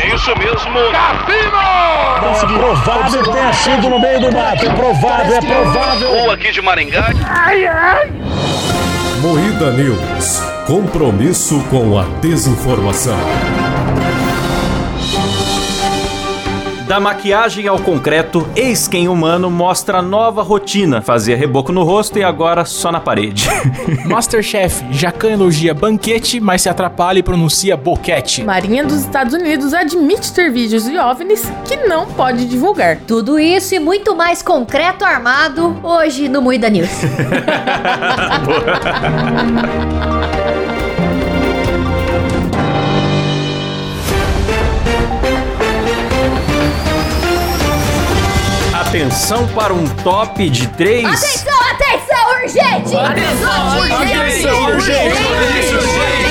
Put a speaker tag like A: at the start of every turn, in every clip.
A: É isso mesmo. Cassino!
B: Conseguiu. Provável tenha sido no meio do mato. É provável, é provável.
A: Ou aqui de Maringá.
C: Moída News. Compromisso com a desinformação.
D: Da maquiagem ao concreto, eis quem humano mostra nova rotina. Fazia reboco no rosto e agora só na parede.
E: Masterchef, Jacan elogia banquete, mas se atrapalha e pronuncia boquete.
F: Marinha dos Estados Unidos admite ter vídeos de OVNIs que não pode divulgar.
G: Tudo isso e muito mais concreto armado hoje no Moída News.
D: Atenção para um top de três.
G: atenção, atenção, urgente! Atenção,
D: atenção, urgente!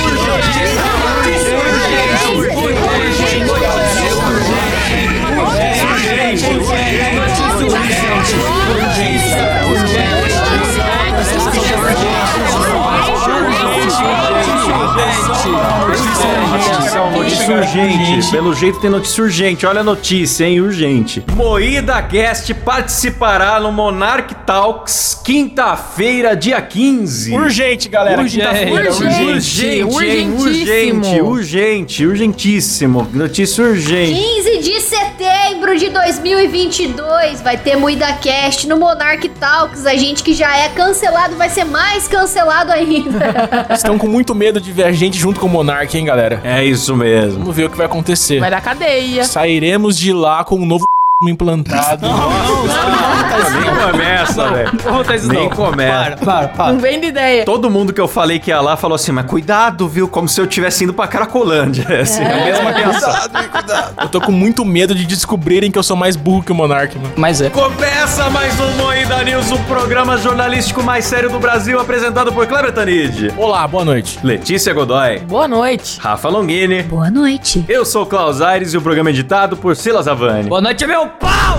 D: Atenção, notícia urgente. Pelo jeito tem notícia urgente. Olha a notícia, hein? Urgente. Moída Guest participará no Monarch Talks quinta-feira, dia 15.
E: Urgente, galera.
D: tá
E: Quinta-feira,
F: Urgente.
D: é Urgente, hein?
F: urgentíssimo.
D: urgente, urgente, urgentíssimo. Notícia urgente.
G: 15 de setembro de 2022 vai ter Moída Cast no Monarch Talks. A gente que já é cancelado vai ser mais cancelado ainda.
E: Estão com muito medo de ver a gente junto com o Monark, hein, galera?
D: É isso mesmo.
E: Vamos ver o que vai acontecer.
F: Vai dar cadeia.
E: Sairemos de lá com um novo implantado.
D: Nem começa, velho. Nem começa.
F: Não vem de ideia.
D: Todo mundo que eu falei que ia lá falou assim, mas cuidado, viu? Como se eu estivesse indo pra Cracolândia. É assim, a mesma reação.
E: Eu tô com muito medo de descobrirem que eu sou mais burro que o Monark, mano.
H: Mas é.
D: Começa mais um Moída News, o programa jornalístico mais sério do Brasil, apresentado por Kleber Tanid,
E: Olá, boa noite.
D: Letícia Godoy,
F: Boa noite.
D: Rafa Longini.
G: Boa noite.
D: Eu sou o Klaus Aires e o programa é editado por Silas Avani.
H: Boa noite, meu pau!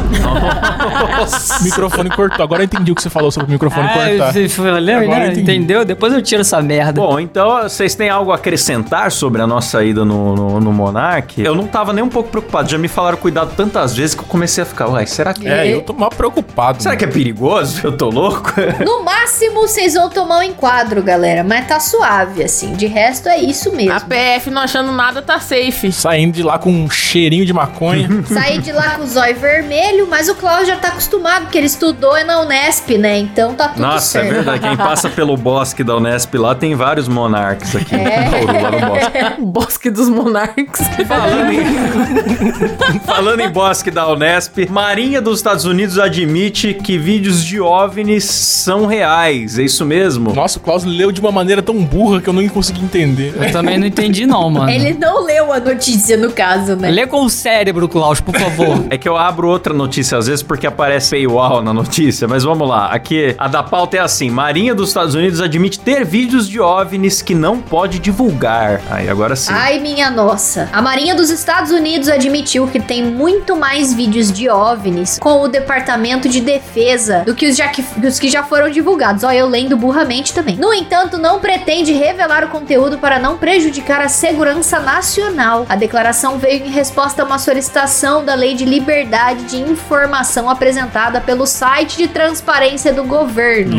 E: Microfone cortou. Agora eu entendi o que você falou sobre o microfone cortar.
H: Ah, você falou,
E: Agora eu
H: né?
E: entendi.
H: Entendeu? Depois eu tiro essa merda.
D: Bom, então vocês têm algo a acrescentar sobre a nossa ida no, no, no Monark? Eu não tava nem um pouco preocupado, já me falaram cuidado tantas vezes que eu comecei a ficar, uai, será que.
E: É, eu tô mal preocupado.
D: Será
E: mano.
D: que é perigoso? Eu tô louco?
G: No máximo, vocês vão tomar um enquadro, galera. Mas tá suave, assim. De resto, é isso
F: A
H: Ah,
G: mesmo.
F: PF não achando nada tá safe.
E: Saindo de lá com um cheirinho de maconha.
G: Saí de lá com o zóio vermelho, mas o Klaus já tá acostumado, porque ele estudou na Unesp, né? Então tá tudo
D: Nossa, é
G: certo.
D: verdade. Quem passa pelo bosque da Unesp lá tem vários monarcas aqui.
E: É.
D: em Bauru, lá no bosque.
F: É Bosque dos Monarcas.
D: Falando em- Falando em bosque da Unesp, Marinha dos Estados Unidos admite que vídeos de OVNIs são reais. É isso mesmo?
E: Nossa, o Klaus leu de uma maneira tão burra que eu não consegui entender.
H: Eu também não entendi, não, mano.
G: Ele não leu a notícia, no caso,
F: é
G: né?
H: Lê com o cérebro, Klaus, por favor.
D: É que eu abro outra notícia às vezes porque aparece paywall na notícia, mas vamos lá. Aqui, a da pauta é assim: Marinha dos Estados Unidos admite ter vídeos de OVNIs que não pode divulgar. Aí, agora sim.
G: Ai, minha nossa. A Marinha dos Estados Unidos admitiu que tem muito mais vídeos de OVNIs com o Departamento de Defesa do que os, já que, os que já foram divulgados. Ó, eu lendo burramente também. No entanto, não pretende revelar o conteúdo para não prejudicar a segurança nacional. A declaração veio em resposta a uma solicitação da Lei de Liberdade de Informação apresentada pelo site de transparência do governo.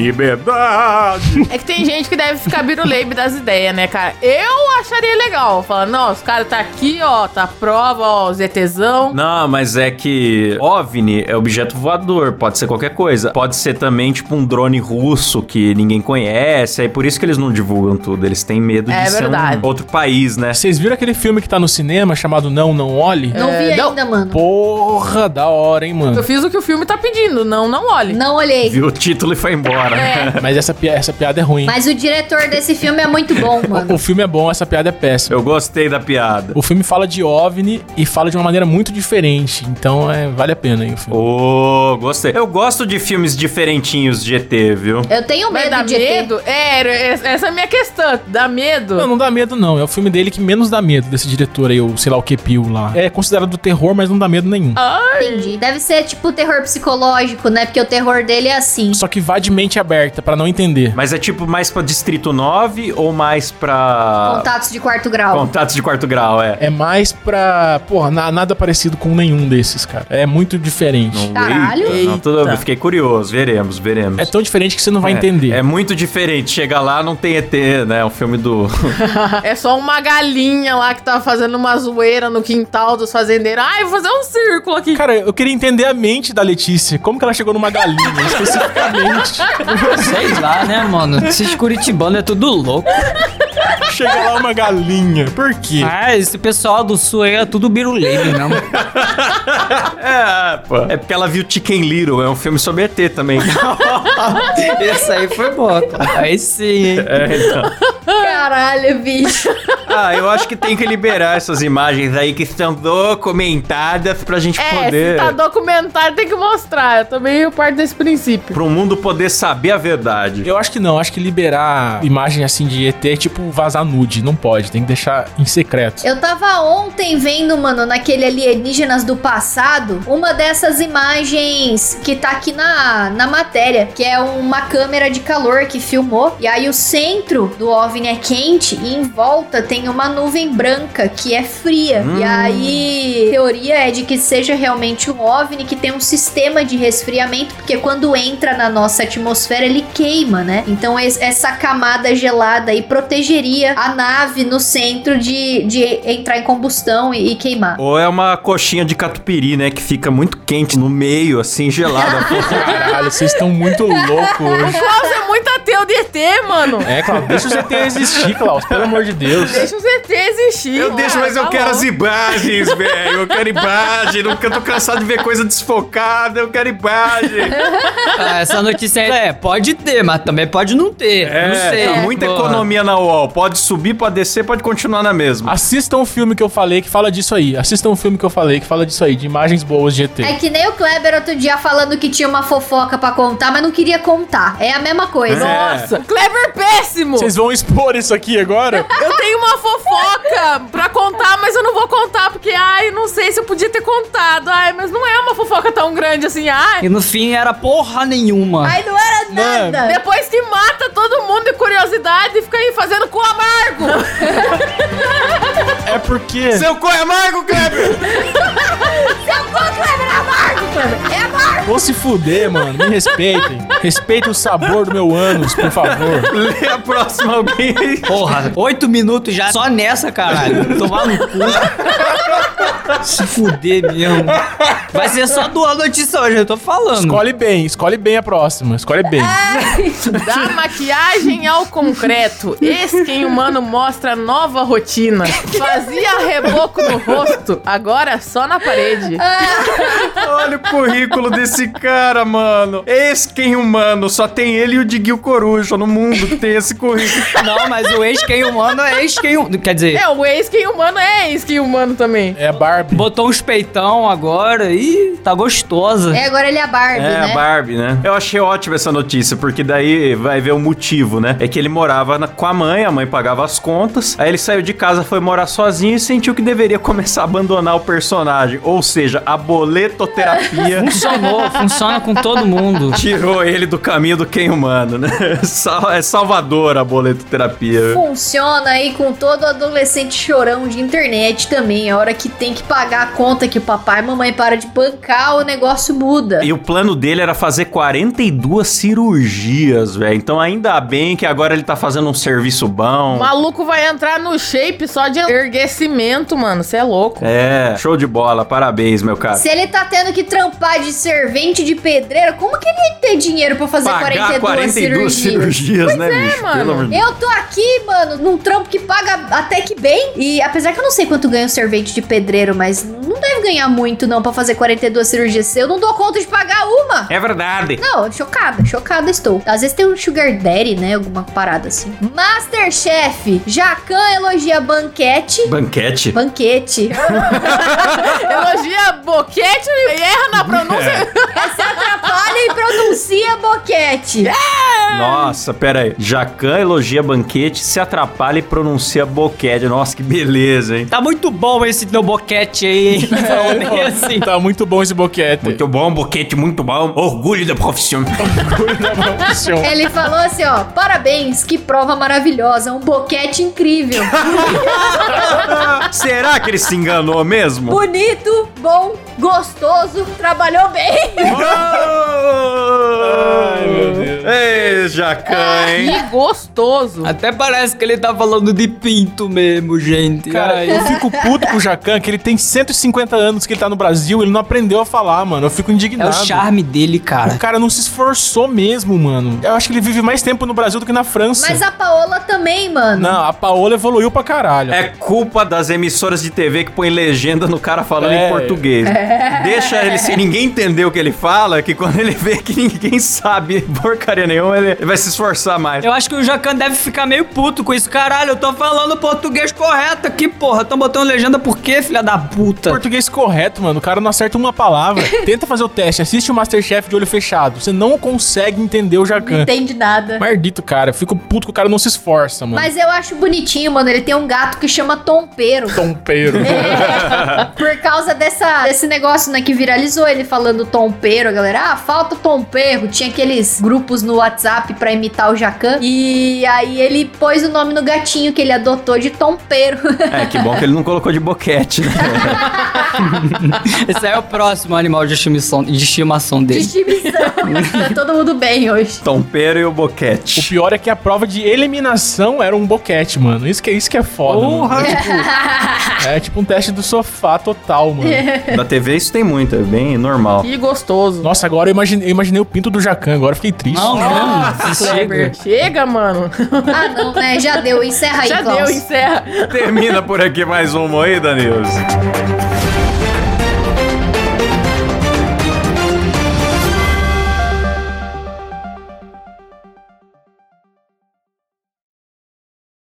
D: Liberdade!
F: É que tem gente que deve ficar biruleibe das ideias, né, cara? Eu acharia legal. Falar, não, os caras tá aqui, ó, tá a prova, ó, os ETzão.
D: Não, mas é que OVNI é objeto voador, pode ser qualquer coisa. Pode ser também, tipo, um drone russo que ninguém conhece, é por isso que eles não divulgam tudo. Eles têm medo de
F: É
D: ser
F: verdade.
D: um outro país, né?
E: Vocês viram aquele filme que tá no cinema chamado Não, Não Olhe?
G: Não
F: É,
G: vi
F: não.
G: ainda, mano.
E: Porra, da hora, hein,
F: Eu
E: mano.
F: fiz o que o filme tá pedindo, não, não olhe.
G: Não olhei.
D: Viu o título e foi embora.
F: É.
E: Mas essa, pi- essa piada é ruim.
G: Mas o diretor desse filme é muito bom, mano.
E: O filme é bom, essa piada é péssima.
D: Eu gostei da piada.
E: O filme fala de OVNI e fala de uma maneira muito diferente. Então, é, vale a pena, hein, o filme.
D: Ô, gostei. Eu gosto de filmes diferentinhos de ET, viu?
G: Eu tenho
F: Mas
G: medo
F: dá
G: de ET.
F: medo? É, era- essa é a minha questão. Dá medo?
E: Não, não dá medo, não. É o filme dele que menos dá medo, desse diretor aí, o sei
G: Ah.
E: lá o que Pio lá. É considerado terror, mas não dá medo nenhum.
G: Entendi. Deve ser tipo terror lógico, né? Porque o terror dele é assim.
E: Só que vá de mente aberta pra não entender.
D: Mas é tipo mais pra Distrito 9 ou mais pra.
G: Contatos de quarto grau.
D: Contatos de quarto grau, é.
E: É mais pra. Porra, na- nada parecido com nenhum desses, cara. É muito diferente.
G: Caralho.
D: Eita, Não, tudo, eu
E: Eita.
D: fiquei curioso, veremos, veremos.
E: É tão diferente que você não vai entender.
D: É muito diferente. Chega lá, não tem ET, né? É um filme do.
F: É só uma galinha lá que tava fazendo uma zoeira no quintal dos fazendeiros. Ai, vou fazer um círculo aqui.
E: Cara, eu queria entender a mente da Letícia. Como que ela chegou numa galinha, especificamente?
H: Sei lá, né, mano? Esses curitibanos é tudo louco.
E: Chega lá uma galinha. Por quê?
H: Ah, esse pessoal do sul aí é tudo biruleibe mesmo.
E: Ah,
D: É, pô. É porque ela viu Chicken Little, é um filme sobre ET também.
H: Esse aí foi bom. cara. Aí sim, hein?
D: É, então.
G: Caralho, bicho.
D: Ah, eu acho que tem que liberar essas imagens aí que estão documentadas pra gente
F: é,
D: poder.
F: se tá documentário, tem que mostrar. Eu também eu parto desse princípio.
D: Pro mundo poder saber a verdade.
E: Eu acho que não, acho que liberar imagem assim de ET é tipo vazar nude, não pode, tem que deixar em secreto.
G: Eu tava ontem vendo, mano, naquele Alienígenas do Passado, uma dessas imagens que tá aqui na, na matéria, que é uma câmera de calor que filmou, e aí o centro do OVNI é quente e em volta tem uma nuvem branca que é fria.
D: Hum.
G: E aí, a teoria é de que seja realmente um OVNI que tem um sistema de resfriamento, porque quando entra na nossa atmosfera, ele queima, né? Então es- essa camada gelada aí protegeria a nave no centro de, de entrar em combustão e, e queimar.
D: Ou é uma coxinha de catupiry, né? Que fica muito quente no meio, assim, gelada.
E: Caralho, vocês estão muito loucos hoje.
F: Klaus é muito ateu de ET, mano.
E: É, Cláudio, deixa o ET existir, Cláudio, pelo amor de Deus.
F: Deixa os ET existir.
D: Eu
F: mano.
D: deixo, mas eu
F: Tá
D: quero
F: bom.
D: as imagens, velho. Eu quero imagem. não- Eu tô cansado de ver coisa desfocada. Eu quero imagem.
H: Ah, essa notícia aí é, pode ter, mas também pode não ter.
D: É,
H: não sei.
D: tá muita
H: porra.
D: economia na UOL. Pode subir, pode descer, pode continuar na mesma.
E: Assistam um filme que eu falei que fala disso aí. Assistam um filme que eu falei que fala disso aí, de imagens boas de ET.
G: É que nem o Kleber outro dia falando que tinha uma fofoca pra contar, mas não queria contar. É a mesma coisa.
F: Nossa, Kleber péssimo.
E: Vocês vão expor isso aqui agora?
F: Eu tenho uma fofoca pra contar, mas eu não vou contar porque, ai, não sei se eu podia ter contado. Ai, mas não é uma fofoca tão grande assim, ai.
H: E no fim era porra nenhuma.
G: Aí não era
E: Mano.
G: nada.
F: Depois que mata todo mundo de curiosidade, fica aí fazendo com amargo.
E: É porque.
D: Seu cu é amargo, Kleber!
E: Vou se fuder, mano. Me respeitem. Respeitem o sabor do meu ânus, por favor.
D: Lê a próxima alguém.
H: Porra, oito minutos já só nessa, caralho. Tomar no cu. Se fuder mesmo. Vai ser só duas notícias hoje, eu tô falando.
E: Escolhe bem, escolhe bem a próxima. Escolhe bem.
F: Da maquiagem ao concreto, ex-quem humano mostra nova rotina. Fazia reboco no rosto, agora só na parede.
D: Olha o currículo desse cara, mano. Esse quem humano. Só tem ele e o Diguinho Coruja no mundo que tem esse currículo.
H: Não, mas o ex-quem humano é ex-quem humano. Quer dizer,
F: É, o ex-quem humano é ex-quem humano também.
E: É a Barbie.
H: botou uns peitão agora e tá gostosa.
G: É, agora ele é a
D: É,
G: Barbie, né?
D: a Barbie, né? Eu achei ótima essa notícia, porque daí vai ver o motivo, né? É que ele morava na- com a mãe, a mãe pagava as contas, aí ele saiu de casa, foi morar sozinho e sentiu que deveria começar a abandonar o personagem. Ou seja, a boletoterapia
H: Funcionou, funciona com todo mundo.
D: tirou ele do caminho do quem humano, né? Sal- É salvadora a boletoterapia.
G: Funciona aí com todo adolescente chorão de internet também. A hora que tem que pagar a conta que o papai e mamãe para de bancar, o negócio muda.
D: E o plano dele era fazer 42 cirurgias, velho. Então ainda bem que agora ele tá fazendo um serviço
F: O
D: bom.
F: maluco vai entrar no shape só de erguecimento, mano. Você é louco.
D: É, show de bola, parabéns, meu cara.
G: Se ele tá tendo que trampar de servente de pedreiro, como que ele ia ter dinheiro pra fazer 42, cirurgias?
D: né, bicho?
F: mano.
D: Pelo amor de Deus.
G: Eu tô aqui, mano, num trampo que paga até que bem. E apesar que eu não sei quanto ganha um servente de pedreiro, mas não deve ganhar muito não pra fazer 42 cirurgias. Eu não dou conta de pagar uma.
D: É verdade.
G: Não, chocada, chocada estou. Às vezes tem um sugar daddy, né? Alguma parada assim. Masterchef, Jacan elogia banquete.
D: Banquete?
G: Banquete.
F: Elogia boquete e erra na pronúncia.
G: Essa atrapalha Olha e pronuncia boquete.
D: Nossa, pera aí. Jacan elogia banquete, se atrapalha e pronuncia boquete. Nossa, que beleza, hein?
H: Tá muito bom esse teu boquete aí, hein?
E: É,
H: Falando bem assim.
E: Tá muito bom esse boquete.
D: Muito bom, boquete, muito bom. Orgulho da profissão.
G: Ele falou assim, ó, parabéns, que prova maravilhosa, um boquete incrível,
D: Será que ele se enganou mesmo?
G: bonito, bom, gostoso, trabalhou bem.
D: Ai, meu Deus. Ei, Jacan, hein?
F: Que gostoso.
H: Até parece que ele tá falando de pinto mesmo, gente.
E: Cara,
H: Ai.
E: eu fico puto com o Jacan, que ele tem 150 anos que ele tá no Brasil, ele não aprendeu a falar, mano. Eu fico
H: é
E: indignado.
H: o charme dele, cara.
E: O cara não se esforçou mesmo, mano. Eu acho que ele vive mais tempo no Brasil do que na França.
G: Mas a Paola também, mano.
E: Não, a Paola evoluiu pra caralho.
D: É culpa das emissoras de TV que põe legenda no cara falando
E: É.
D: em português. Deixa ele, se ninguém entender o que ele fala, é que quando ele vê que ninguém sabe porcaria nenhuma, ele vai se esforçar mais.
H: Eu acho que o Jacan deve ficar meio puto com isso. Caralho, eu tô falando português correto aqui, porra. Tão botando legenda por quê, filha da puta?
E: É Português correto, mano. O cara não acerta uma palavra. Tenta fazer o teste. Assiste o Masterchef de olho fechado. Você não consegue entender o
G: Não
E: Jacan.
G: entende nada.
E: Mardito, cara. Eu fico puto que o cara não se esforça, mano.
G: Mas eu acho bonitinho, mano, ele tem um gato que chama Tompeiro.
E: Tompeiro.
G: Por causa dessa, desse negócio, né, que viralizou ele falando tompeiro, a galera, ah, falta o tompeiro. Tinha aqueles grupos no WhatsApp pra imitar o Jacan. E aí ele pôs o nome no gatinho que ele adotou de tompeiro.
D: É, que bom que ele não colocou de boquete, né?
H: Esse aí é o próximo animal de estimação, de estimação
G: de
H: dele.
G: estimação. tá todo mundo bem hoje.
D: Tompeiro e o
E: O
D: boquete.
E: pior é que a prova de eliminação era um boquete, mano. Isso que, isso que é foda. mano.
D: Porra!
E: É, tipo, é tipo um teste do sofá total, mano.
D: Na TV isso tem muito, é bem normal.
F: Que gostoso.
E: Nossa, agora eu imaginei, eu imaginei o pinto do Jacan, agora eu fiquei triste.
H: Não, não, é você chega.
F: Kleber. Chega, mano.
G: Ah, não, né? Já deu. Encerra aí,
F: Já
G: Klaus.
F: deu, encerra.
D: Termina por aqui mais um Moída News.